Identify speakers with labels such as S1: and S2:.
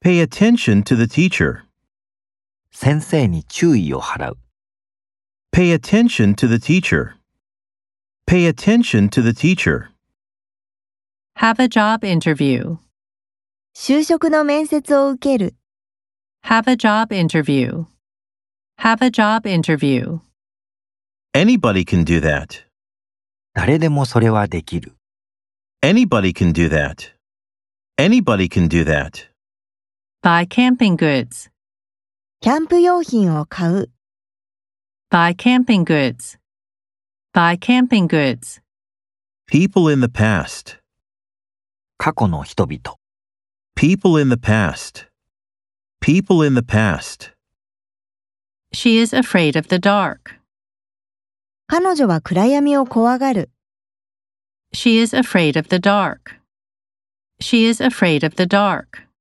S1: Pay attention to the teacher.
S2: 先生に注意を払う。
S1: Pay attention to the teacher. Pay attention to the teacher.
S3: Have a job interview.
S4: 就職の面接を受ける。
S3: Have a job interview. Have a job interview.
S1: Anybody can do that.
S2: 誰でもそれはできる。
S1: Anybody can do that. Anybody can do that.
S3: Buy camping goods.
S4: キャンプ用品を買う。
S3: Buy camping goods. Buy camping goods.
S1: People in the past.
S2: 過去の人々。
S1: People in the past. People in the past.
S3: She is afraid of the dark.
S4: 彼女は暗闇を怖がる。
S3: She is afraid of the dark. She is afraid of the dark.